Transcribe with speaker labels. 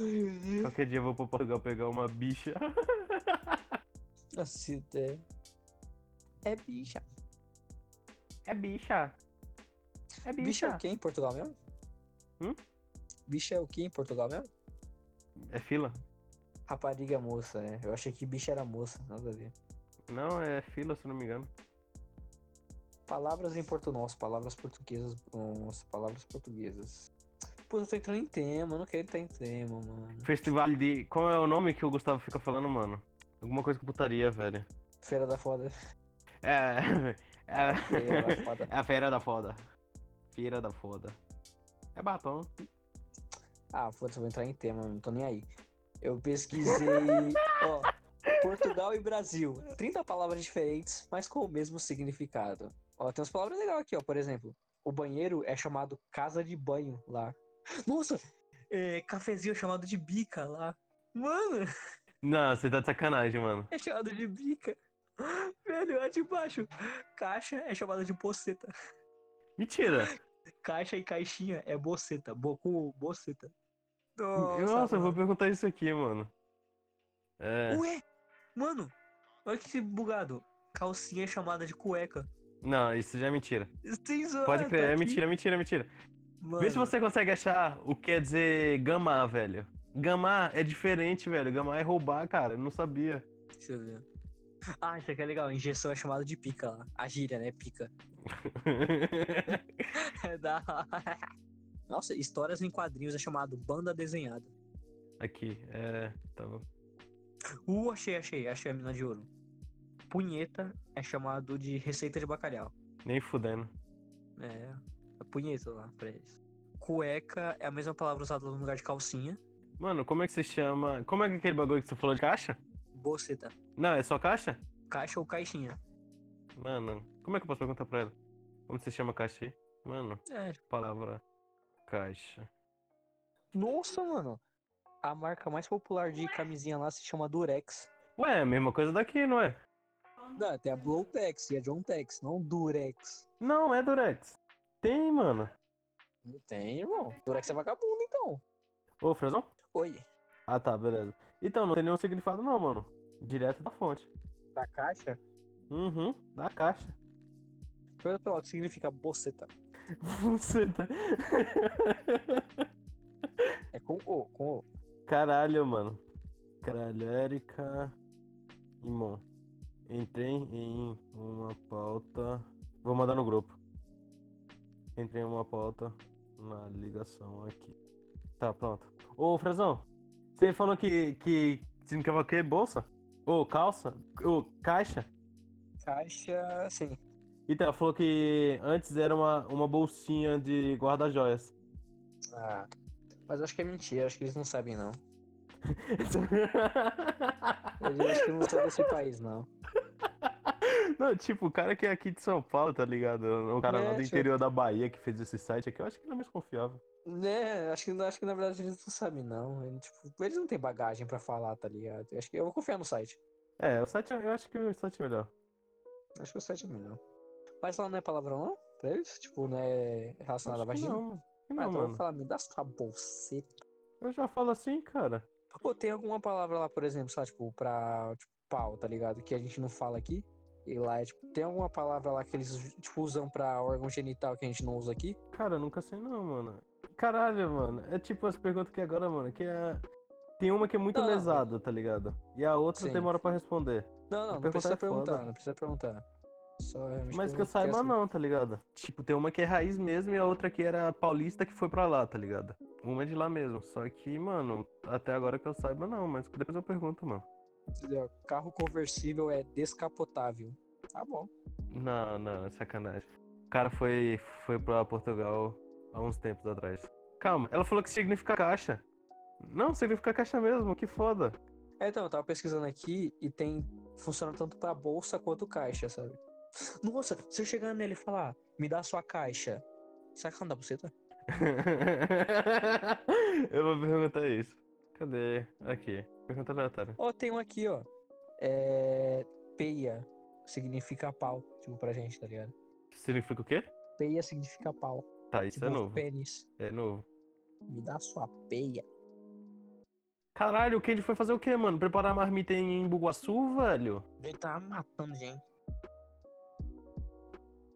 Speaker 1: Uhum.
Speaker 2: Qualquer dia eu vou pra Portugal pegar uma bicha.
Speaker 1: Caceta. é. É bicha.
Speaker 2: É bicha. É bicha.
Speaker 1: Bicha é o que em Portugal mesmo?
Speaker 2: Hum?
Speaker 1: Bicha é o que em Portugal mesmo?
Speaker 2: É fila?
Speaker 1: Rapariga moça, é. Eu achei que bicha era moça, nada a ver.
Speaker 2: Não, é fila, se não me engano.
Speaker 1: Palavras em português, nossa, palavras portuguesas, nossa, palavras portuguesas. Pô, eu tô entrando em tema, eu não quero entrar em tema, mano.
Speaker 2: Festival de. Qual é o nome que o Gustavo fica falando, mano? Alguma coisa com putaria, velho.
Speaker 1: Feira da foda.
Speaker 2: É. É.
Speaker 1: Feira da foda.
Speaker 2: É a Feira da Foda. Feira da Foda. É batom.
Speaker 1: Ah, foda-se, eu vou entrar em tema, não tô nem aí. Eu pesquisei, ó, Portugal e Brasil. 30 palavras diferentes, mas com o mesmo significado. Ó, tem umas palavras legais aqui, ó, por exemplo. O banheiro é chamado casa de banho lá. Nossa, é, cafezinho é chamado de bica lá. Mano,
Speaker 2: Não, você tá de sacanagem, mano.
Speaker 1: é chamado de bica. Velho, lá de baixo. Caixa é chamada de boceta.
Speaker 2: Mentira.
Speaker 1: Caixa e caixinha é boceta. Bocu, boceta.
Speaker 2: Nossa, eu
Speaker 1: mano.
Speaker 2: vou perguntar isso aqui, mano. É.
Speaker 1: Ué, mano, olha que bugado. Calcinha é chamada de cueca.
Speaker 2: Não, isso já é mentira.
Speaker 1: Sem zoar,
Speaker 2: Pode
Speaker 1: tá
Speaker 2: crer, é
Speaker 1: aqui.
Speaker 2: mentira, mentira, mentira.
Speaker 1: Mano,
Speaker 2: Vê se você consegue achar o que quer dizer gamar, velho. Gamar é diferente, velho. Gamar é roubar, cara. Eu não sabia.
Speaker 1: Deixa eu ver. Ah, isso aqui é legal. Injeção é chamada de pica lá. A gíria, né? Pica. É da... Nossa, histórias em quadrinhos é chamado banda desenhada.
Speaker 2: Aqui, é. Tá bom.
Speaker 1: Uh, achei, achei. Achei a mina de ouro. Punheta é chamado de receita de bacalhau.
Speaker 2: Nem fudendo.
Speaker 1: É, é punheta lá pra eles. Cueca é a mesma palavra usada no lugar de calcinha.
Speaker 2: Mano, como é que se chama. Como é que aquele bagulho que você falou de caixa?
Speaker 1: Boceta.
Speaker 2: Não, é só caixa?
Speaker 1: Caixa ou caixinha.
Speaker 2: Mano, como é que eu posso perguntar pra ela? Como se chama caixa aí? Mano,
Speaker 1: É,
Speaker 2: palavra caixa.
Speaker 1: Nossa, mano. A marca mais popular de camisinha lá se chama Durex.
Speaker 2: Ué, é a mesma coisa daqui, não é?
Speaker 1: Não, tem a Blowtex e a Johntex, não Durex.
Speaker 2: Não, é Durex. Tem, mano.
Speaker 1: Não tem, irmão. Durex é vagabundo, então.
Speaker 2: Ô, Fresão?
Speaker 1: Oi.
Speaker 2: Ah, tá, beleza. Então, não tem nenhum significado, não, mano. Direto da fonte.
Speaker 1: Da caixa?
Speaker 2: Uhum, da caixa.
Speaker 1: Pergunta pra ela o que significa boceta.
Speaker 2: Você tá...
Speaker 1: É com O, com O.
Speaker 2: Caralho, mano. Caralho, Érica. Irmão, entrei em uma pauta. Vou mandar no grupo. Entrei em uma pauta na ligação aqui. Tá, pronto. Ô, Frazão, você falou que, que significava o quê? Bolsa? Ô, calça? Ô, caixa?
Speaker 1: Caixa, sim.
Speaker 2: Então, ela falou que antes era uma, uma bolsinha de guarda-joias.
Speaker 1: Ah. Mas eu acho que é mentira, acho que eles não sabem, não. Eles acho que não são desse país, não.
Speaker 2: Não, tipo, o cara que é aqui de São Paulo, tá ligado? O cara lá
Speaker 1: É,
Speaker 2: do
Speaker 1: tipo-
Speaker 2: interior da Bahia que fez esse site aqui, eu acho que ele é mais confiável.
Speaker 1: Né, acho que, acho que na verdade eles não sabem, não. Eles, tipo, eles não têm bagagem pra falar, tá ligado? Eu Acho que eu vou confiar no site.
Speaker 2: É, o site, eu acho que o site é melhor.
Speaker 1: Acho que o 7 é melhor. Mas lá não é palavrão, não? Pra eles? Tipo, não é relacionado à
Speaker 2: Acho que
Speaker 1: vagina?
Speaker 2: não, mano. Que
Speaker 1: Ah,
Speaker 2: não,
Speaker 1: então eu vou
Speaker 2: mano.
Speaker 1: falar, me dá sua bolseta.
Speaker 2: Eu já falo assim, cara.
Speaker 1: Ou tem alguma palavra lá, por exemplo, sei lá, tipo, pra tipo, pau, tá ligado? Que a gente não fala aqui. E lá é, tipo, tem alguma palavra lá que eles tipo, usam pra órgão genital que a gente não usa aqui?
Speaker 2: Cara, eu nunca sei não, mano. Caralho, mano. É tipo as perguntas que agora, mano, que é. Tem uma que é muito
Speaker 1: Não, não.
Speaker 2: lesada, tá ligado? E a outra
Speaker 1: Sim.
Speaker 2: demora pra responder.
Speaker 1: Não, não, não
Speaker 2: Perguntar é
Speaker 1: precisa
Speaker 2: foda.
Speaker 1: perguntar, não precisa perguntar. Só realmente
Speaker 2: Mas que
Speaker 1: pergunta,
Speaker 2: eu saiba
Speaker 1: assim,
Speaker 2: não, tá ligado? Tipo, tem uma que é raiz mesmo e a outra que era paulista que foi pra lá, tá ligado? Uma é de lá mesmo. Só que, mano, até agora que eu saiba não, mas depois eu pergunto, mano.
Speaker 1: entendeu? Carro conversível é descapotável. Tá bom.
Speaker 2: Não, não, sacanagem. O cara foi, foi pra Portugal há uns tempos atrás. Calma, ela falou que significa caixa. Não, significa caixa mesmo, que foda.
Speaker 1: É, então, eu tava pesquisando aqui e tem. Funciona tanto pra bolsa quanto caixa, sabe? Nossa, se eu chegar nele e falar, me dá sua caixa. Será que ela não dá buceta?
Speaker 2: eu vou perguntar isso. Cadê? Aqui. Pergunta aleatória.
Speaker 1: Ó, tem um aqui, ó. É. Peia significa pau, tipo, pra gente, tá ligado?
Speaker 2: Significa o quê? Peia
Speaker 1: significa pau.
Speaker 2: Tá, isso
Speaker 1: tipo,
Speaker 2: é novo.
Speaker 1: pênis.
Speaker 2: É novo.
Speaker 1: Me dá sua peia.
Speaker 2: Caralho, o Candy foi fazer o quê, mano? Preparar a marmita em Buguaçu, velho?
Speaker 1: Ele tá matando gente.